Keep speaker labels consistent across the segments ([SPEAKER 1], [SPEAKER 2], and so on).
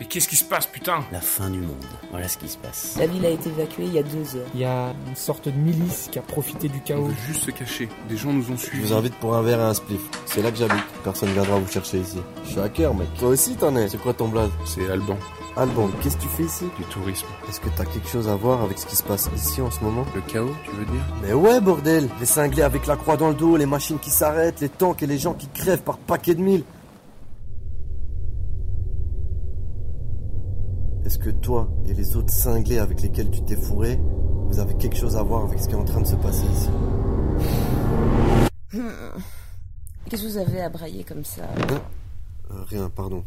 [SPEAKER 1] Mais qu'est-ce qui se passe, putain
[SPEAKER 2] La fin du monde. Voilà ce qui se passe.
[SPEAKER 3] La ville a été évacuée il y a deux heures.
[SPEAKER 4] Il y a une sorte de milice qui a profité du
[SPEAKER 1] On
[SPEAKER 4] chaos.
[SPEAKER 1] veut juste se cacher. Des gens nous ont
[SPEAKER 5] Je
[SPEAKER 1] suivis.
[SPEAKER 5] vous invite pour un verre et un spliff. C'est là que j'habite. Personne viendra vous chercher ici. Je suis hacker, mec. Toi aussi, t'en es. C'est quoi ton blaze
[SPEAKER 1] C'est Alban,
[SPEAKER 5] Alban, qu'est-ce que tu fais ici
[SPEAKER 1] du tourisme.
[SPEAKER 5] Est-ce que t'as quelque chose à voir avec ce qui se passe ici en ce moment
[SPEAKER 1] Le chaos, tu veux dire
[SPEAKER 5] Mais ouais, bordel Les cinglés avec la croix dans le dos, les machines qui s'arrêtent, les tanks et les gens qui crèvent par paquets de mille. Est-ce que toi et les autres cinglés avec lesquels tu t'es fourré, vous avez quelque chose à voir avec ce qui est en train de se passer ici
[SPEAKER 3] Hmm. Qu'est-ce que vous avez à brailler comme ça Ah,
[SPEAKER 5] Euh, Rien, pardon.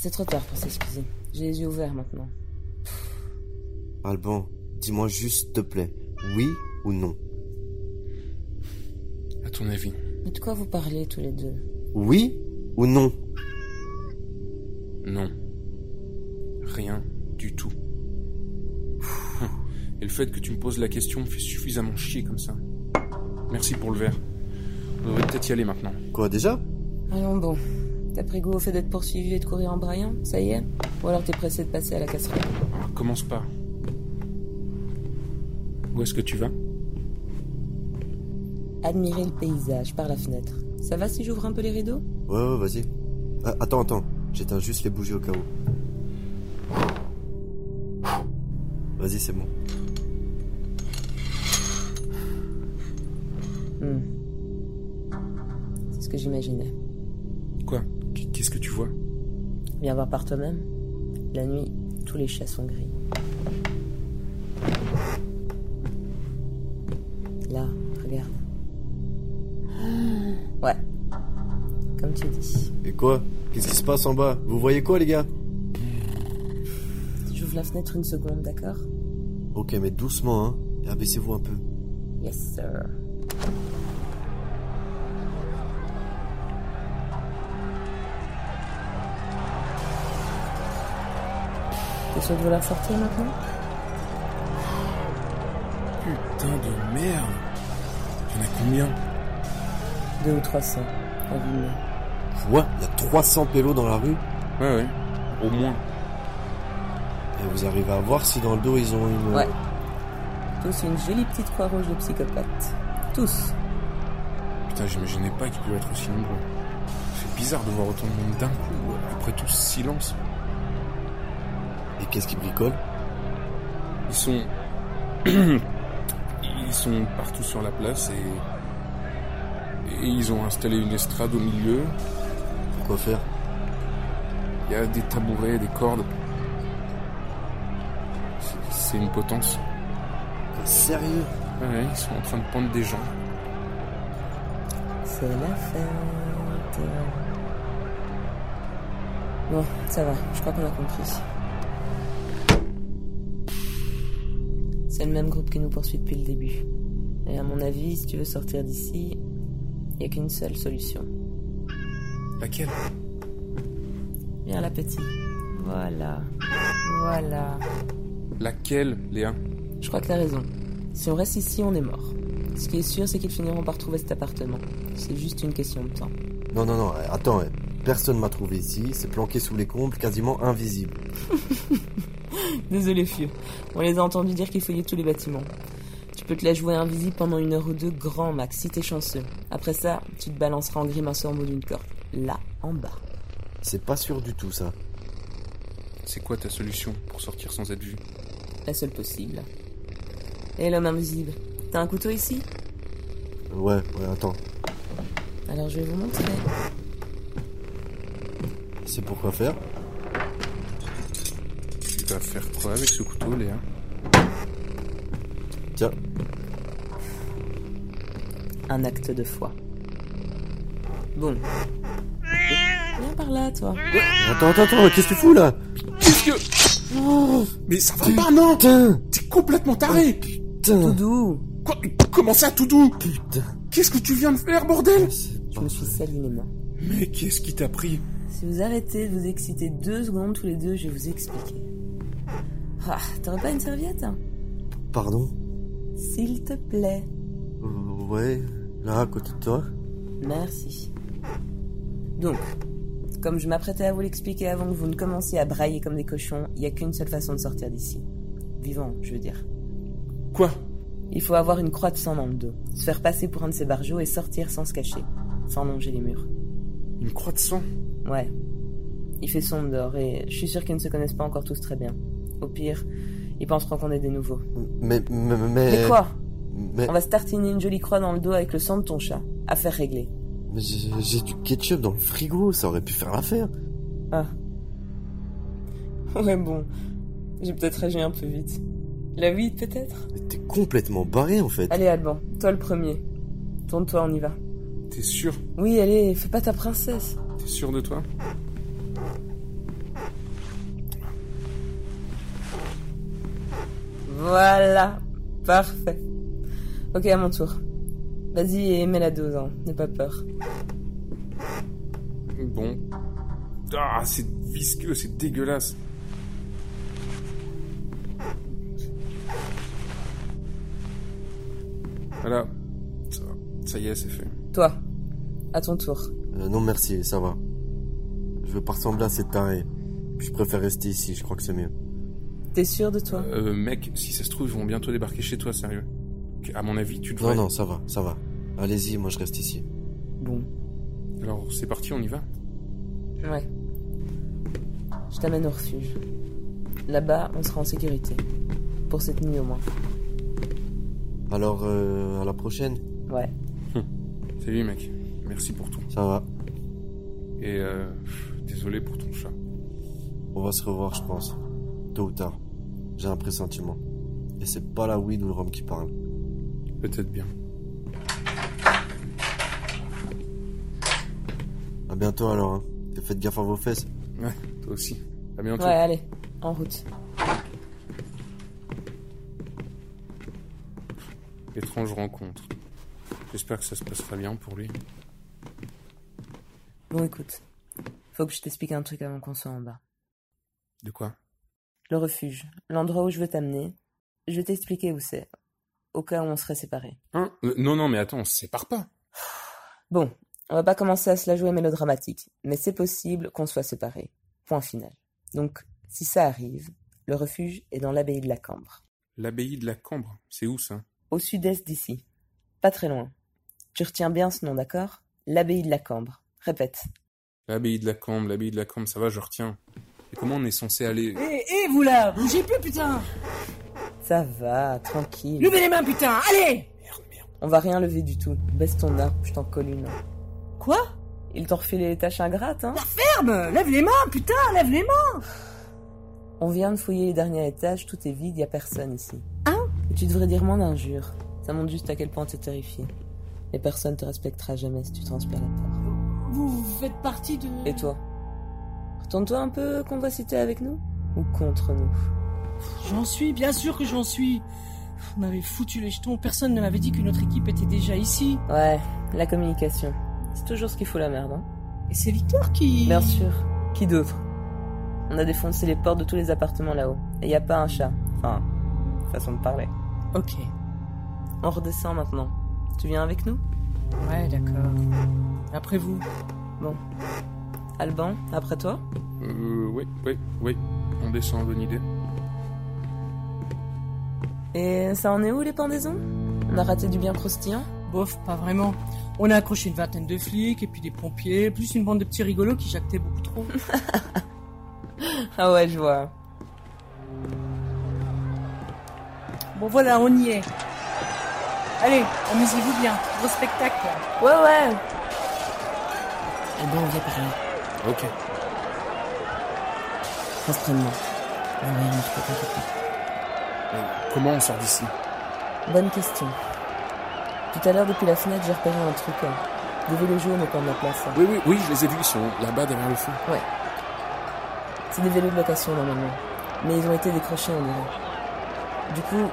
[SPEAKER 3] C'est trop tard pour s'excuser. J'ai les yeux ouverts maintenant.
[SPEAKER 5] Alban, dis-moi juste, s'il te plaît, oui ou non
[SPEAKER 1] À ton avis
[SPEAKER 3] Mais de quoi vous parlez tous les deux
[SPEAKER 5] Oui ou non
[SPEAKER 1] Non. Rien du tout. Et le fait que tu me poses la question me fait suffisamment chier comme ça. Merci pour le verre. On devrait peut-être y aller maintenant.
[SPEAKER 5] Quoi déjà
[SPEAKER 3] Allons bon. T'as pris goût au fait d'être poursuivi et de courir en braillant Ça y est Ou alors t'es pressé de passer à la casserole
[SPEAKER 1] Alors, commence pas. Où est-ce que tu vas
[SPEAKER 3] Admirer le paysage par la fenêtre. Ça va si j'ouvre un peu les rideaux
[SPEAKER 5] Ouais, ouais, vas-y. Ah, attends, attends. J'éteins juste les bougies au cas où. Vas-y, c'est bon.
[SPEAKER 3] Hmm. C'est ce que j'imaginais.
[SPEAKER 1] Quoi Qu'est-ce que tu vois
[SPEAKER 3] Viens voir par toi-même. La nuit, tous les chats sont gris. Là, regarde. Ouais. Comme tu dis.
[SPEAKER 5] Et quoi Qu'est-ce qui se passe en bas Vous voyez quoi, les gars
[SPEAKER 3] J'ouvre la fenêtre une seconde, d'accord
[SPEAKER 5] Ok, mais doucement, hein. Et abaissez-vous un peu.
[SPEAKER 3] Yes, sir. T'es sûr de vouloir sortir maintenant
[SPEAKER 1] Putain de merde Y'en a combien
[SPEAKER 3] Deux ou trois cents. à vue de nez.
[SPEAKER 5] Quoi Il y a 300 pélos dans la rue
[SPEAKER 1] Ouais, ouais. Au moins.
[SPEAKER 5] Et vous arrivez à voir si dans le dos, ils ont une... euh,
[SPEAKER 3] Ouais. Tous une jolie petite croix rouge de psychopathe. Tous.
[SPEAKER 1] Putain, j'imaginais pas qu'ils pouvaient être aussi nombreux. C'est bizarre de voir autant de monde d'un coup, après tout ce silence.
[SPEAKER 5] Et qu'est-ce qu'ils bricolent
[SPEAKER 1] Ils sont. ils sont partout sur la place et. Et ils ont installé une estrade au milieu.
[SPEAKER 5] Pourquoi faire
[SPEAKER 1] Il y a des tabourets, des cordes. C'est- C'est une potence.
[SPEAKER 5] Ah, Sérieux
[SPEAKER 1] Ouais, ouais, ils sont en train de pendre des gens.
[SPEAKER 3] C'est la fête. Bon, ça va, je crois qu'on a compris. C'est le même groupe qui nous poursuit depuis le début. Et à mon avis, si tu veux sortir d'ici, il n'y a qu'une seule solution.
[SPEAKER 1] Laquelle
[SPEAKER 3] Viens là, petit. Voilà. Voilà.
[SPEAKER 1] Laquelle, Léa
[SPEAKER 3] Je crois que t'as raison. Si on reste ici, on est mort. Ce qui est sûr, c'est qu'ils finiront par trouver cet appartement. C'est juste une question de temps.
[SPEAKER 5] Non, non, non, eh, attends. eh. Personne m'a trouvé ici. C'est planqué sous les combles, quasiment invisible.
[SPEAKER 3] Désolé, fieu. On les a entendus dire qu'ils fouillaient tous les bâtiments. Tu peux te la jouer invisible pendant une heure ou deux, grand max, si t'es chanceux. Après ça, tu te balanceras en grimace en bout d'une corde. Là, en bas.
[SPEAKER 5] C'est pas sûr du tout, ça.
[SPEAKER 1] C'est quoi ta solution pour sortir sans être vu
[SPEAKER 3] La seule possible. Et l'homme invisible. T'as un couteau ici
[SPEAKER 5] Ouais, ouais, attends.
[SPEAKER 3] Alors je vais vous montrer.
[SPEAKER 5] C'est pourquoi faire
[SPEAKER 1] Tu vas faire quoi avec ce couteau, Léa
[SPEAKER 5] Tiens,
[SPEAKER 3] Un acte de foi. Bon. Viens par là, toi.
[SPEAKER 5] Attends, attends, attends, qu'est-ce que tu fous là
[SPEAKER 1] Qu'est-ce que. Mais ça va pas, non
[SPEAKER 5] Putain
[SPEAKER 1] T'es complètement taré
[SPEAKER 5] Putain
[SPEAKER 3] Doudou
[SPEAKER 1] Quoi Comment ça, tout doux
[SPEAKER 5] Putain
[SPEAKER 1] Qu'est-ce que tu viens de faire, bordel
[SPEAKER 5] C'est
[SPEAKER 3] Je me suis sali les mains.
[SPEAKER 1] Mais qu'est-ce qui t'a pris
[SPEAKER 3] Si vous arrêtez de vous exciter deux secondes tous les deux, je vais vous expliquer. Ah, t'aurais pas une serviette hein
[SPEAKER 5] Pardon
[SPEAKER 3] S'il te plaît.
[SPEAKER 5] Euh, Ouais, là à côté de toi
[SPEAKER 3] Merci. Donc, Comme je m'apprêtais à vous l'expliquer avant que vous ne commenciez à brailler comme des cochons, il n'y a qu'une seule façon de sortir d'ici. Vivant, je veux dire.
[SPEAKER 1] Quoi
[SPEAKER 3] Il faut avoir une croix de sang dans le dos, se faire passer pour un de ces barjots et sortir sans se cacher, sans longer les murs.
[SPEAKER 1] Une croix de sang
[SPEAKER 3] Ouais. Il fait sombre dehors et je suis sûr qu'ils ne se connaissent pas encore tous très bien. Au pire, ils penseront qu'on est des nouveaux.
[SPEAKER 5] Mais, mais, mais.
[SPEAKER 3] Mais quoi Ah bah.
[SPEAKER 5] Mais,
[SPEAKER 3] On va se tartiner une jolie croix dans le dos avec le sang de ton chat. Affaire réglée.
[SPEAKER 5] mais j'ai j'ai du ketchup dans le frigo, ça aurait pu faire l'affaire.
[SPEAKER 3] Ouais, bon. J'ai peut-être réagi un peu vite. La vie, peut-être
[SPEAKER 5] Mais T'es complètement barré en fait.
[SPEAKER 3] Allez, Alban, toi le premier. Tourne-toi, on y va.
[SPEAKER 1] T'es sûr
[SPEAKER 3] Oui, allez, fais pas ta princesse.
[SPEAKER 1] T'es sûr de toi
[SPEAKER 3] Voilà, parfait. Ok, à mon tour. Vas-y et mets la dose, hein. n'aie pas peur.
[SPEAKER 1] Bon. Ah, c'est visqueux, c'est dégueulasse. Voilà. Ça, ça y est, c'est fait.
[SPEAKER 3] Toi, à ton tour.
[SPEAKER 5] Euh, non merci, ça va. Je veux pas ressembler à cette tarée. Puis je préfère rester ici, je crois que c'est mieux.
[SPEAKER 3] T'es sûr de toi
[SPEAKER 1] Euh, mec, si ça se trouve, ils vont bientôt débarquer chez toi, sérieux. Qu- À mon avis, tu
[SPEAKER 5] Non,
[SPEAKER 1] devrais...
[SPEAKER 5] non, ça va, ça va. Allez-y, moi je reste ici.
[SPEAKER 3] Bon,
[SPEAKER 1] Alors, c'est parti, on y va
[SPEAKER 3] ouais. Je t'amène au refuge. Là-bas, on sera en sécurité. Pour cette nuit au moins.
[SPEAKER 5] Alors, euh, à la prochaine.
[SPEAKER 3] Ouais.
[SPEAKER 1] Salut, mec. Merci pour tout.
[SPEAKER 5] Ça va.
[SPEAKER 1] Et euh, pff, désolé pour ton chat.
[SPEAKER 5] On va se revoir, je pense. Tôt ou tard. J'ai un pressentiment. Et c'est pas la weed ou le rhum qui parle.
[SPEAKER 1] Peut-être bien.
[SPEAKER 5] À bientôt alors, hein. Et faites gaffe à vos fesses.
[SPEAKER 1] Ouais, toi aussi. À bientôt.
[SPEAKER 3] Ouais, allez, en route.
[SPEAKER 1] Étrange rencontre. J'espère que ça se passera bien pour lui.
[SPEAKER 3] Bon, écoute. Faut que je t'explique un truc avant qu'on soit en bas.
[SPEAKER 1] De quoi
[SPEAKER 3] Le refuge, l'endroit où je veux t'amener. Je vais t'expliquer où c'est, au cas où on serait séparés.
[SPEAKER 1] Hein Euh, Non, non, mais attends, on se sépare pas.
[SPEAKER 3] Bon, on va pas commencer à se la jouer mélodramatique, mais c'est possible qu'on soit séparés. Point final. Donc, si ça arrive, le refuge est dans l'abbaye de la Cambre,
[SPEAKER 1] L'abbaye de la Cambre, c'est où ça
[SPEAKER 3] au sud-est d'ici, pas très loin. Tu retiens bien ce nom, d'accord L'abbaye de la Cambre. Répète.
[SPEAKER 1] L'abbaye de la Cambre, l'abbaye de la Cambre, ça va, je retiens. Et comment on est censé aller
[SPEAKER 6] Hé, hé, vous là Bougez plus, putain
[SPEAKER 3] Ça va, tranquille.
[SPEAKER 6] Levez les mains, putain Allez
[SPEAKER 3] On va rien lever du tout. Baisse ton arbre, je t'en colle une.
[SPEAKER 6] Quoi
[SPEAKER 3] Il t'ont refilé les tâches ingrates, hein
[SPEAKER 6] Merde Lève les mains, putain Lève les mains
[SPEAKER 3] On vient de fouiller les derniers étages, tout est vide, y a personne ici. Hein Tu devrais dire moins d'injures. Ça montre juste à quel point t'es terrifié. Et personne te respectera jamais si tu transpires la peur.
[SPEAKER 6] Vous, vous faites partie de...
[SPEAKER 3] Et toi Retourne-toi un peu qu'on va citer avec nous Ou contre nous
[SPEAKER 6] J'en suis, bien sûr que j'en suis On avait foutu les jetons, personne ne m'avait dit qu'une autre équipe était déjà ici.
[SPEAKER 3] Ouais, la communication. C'est toujours ce qu'il faut la merde, hein
[SPEAKER 6] Et c'est Victor qui...
[SPEAKER 3] Bien sûr. Qui d'autre On a défoncé les portes de tous les appartements là-haut. Et y a pas un chat. Enfin, façon de parler.
[SPEAKER 6] Ok.
[SPEAKER 3] On redescend maintenant. Tu viens avec nous
[SPEAKER 6] Ouais, d'accord. Après vous.
[SPEAKER 3] Alban, après toi
[SPEAKER 1] Euh, oui, oui, oui. On descend, bonne idée.
[SPEAKER 3] Et ça en est où les pendaisons On a raté du bien croustillant
[SPEAKER 6] Bof, pas vraiment. On a accroché une vingtaine de flics, et puis des pompiers, plus une bande de petits rigolos qui jactaient beaucoup trop.
[SPEAKER 3] Ah ouais, je vois.
[SPEAKER 6] bon voilà, on y est. Allez, amusez-vous bien. Gros spectacle.
[SPEAKER 3] Ouais, ouais.
[SPEAKER 6] Alban, viens par là.
[SPEAKER 1] Ok.
[SPEAKER 3] Entraînement.
[SPEAKER 1] comment on sort d'ici
[SPEAKER 3] Bonne question. Tout à l'heure, depuis la fenêtre, j'ai repéré un truc. hein. Des vélos jaunes au coin de la place. hein.
[SPEAKER 1] Oui, oui, oui, je les ai vus, ils sont là-bas derrière le fond.
[SPEAKER 3] C'est des vélos de location normalement. Mais ils ont été décrochés, on dirait. Du coup,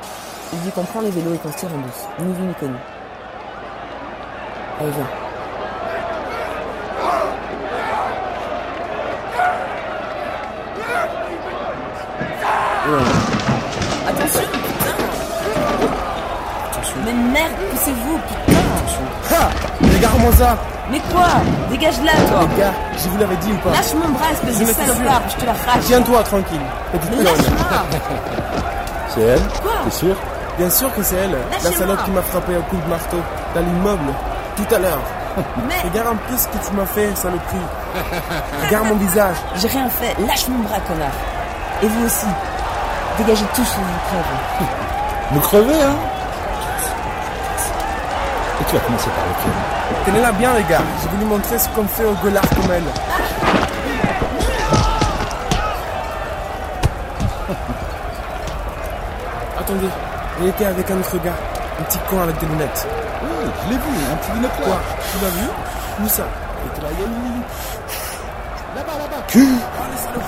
[SPEAKER 3] je dis qu'on prend les vélos et qu'on se tire en douce. Ni vu ni connu. Allez, viens.
[SPEAKER 6] Attention
[SPEAKER 1] Attention.
[SPEAKER 6] Mais merde, poussez-vous, putain
[SPEAKER 1] attention.
[SPEAKER 7] Ha Regarde-moi ça
[SPEAKER 3] Mais quoi Dégage-la, toi
[SPEAKER 7] Gars, je vous l'avais dit ou pas
[SPEAKER 3] Lâche mon bras, espèce de
[SPEAKER 7] Je me suis
[SPEAKER 3] salopard, je te la crache
[SPEAKER 7] Tiens-toi tranquille, petite
[SPEAKER 3] Mais
[SPEAKER 7] conne.
[SPEAKER 3] lâche-moi
[SPEAKER 8] C'est elle
[SPEAKER 3] Quoi
[SPEAKER 8] T'es sûr
[SPEAKER 7] Bien sûr que c'est elle, la
[SPEAKER 3] Lâchez-moi.
[SPEAKER 7] salope qui m'a frappé un coup de marteau dans l'immeuble tout à l'heure.
[SPEAKER 3] Mais
[SPEAKER 7] Regarde un peu ce que tu m'as fait, saloperie. Regarde mon visage.
[SPEAKER 3] j'ai rien fait, lâche mon bras, connard Et vous aussi, dégagez tous ce vous crève.
[SPEAKER 8] Nous crever, hein Et tu vas commencer par lequel
[SPEAKER 7] Tenez-la bien, les gars. Je vais lui montrer ce qu'on fait aux gueulards comme elle. Attendez, elle était avec un autre gars, un petit con avec des lunettes.
[SPEAKER 8] Oui, je l'ai vu, un petit binocle.
[SPEAKER 7] Quoi Tu l'as vu Où ça Il était là, il y a lui.
[SPEAKER 8] Là-bas, là-bas.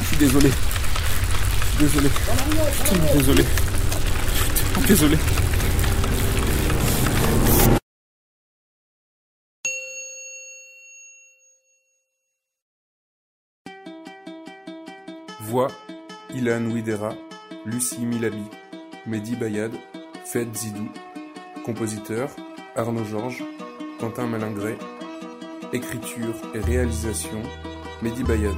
[SPEAKER 1] Je suis désolé. Je suis Désolé. Putain, mais désolé. Putain, désolé. Voix Ilan Widera, Lucie Milabi, Mehdi Bayad, Fed Zidou, compositeur Arnaud Georges, Quentin Malingré, écriture et réalisation Mehdi Bayad.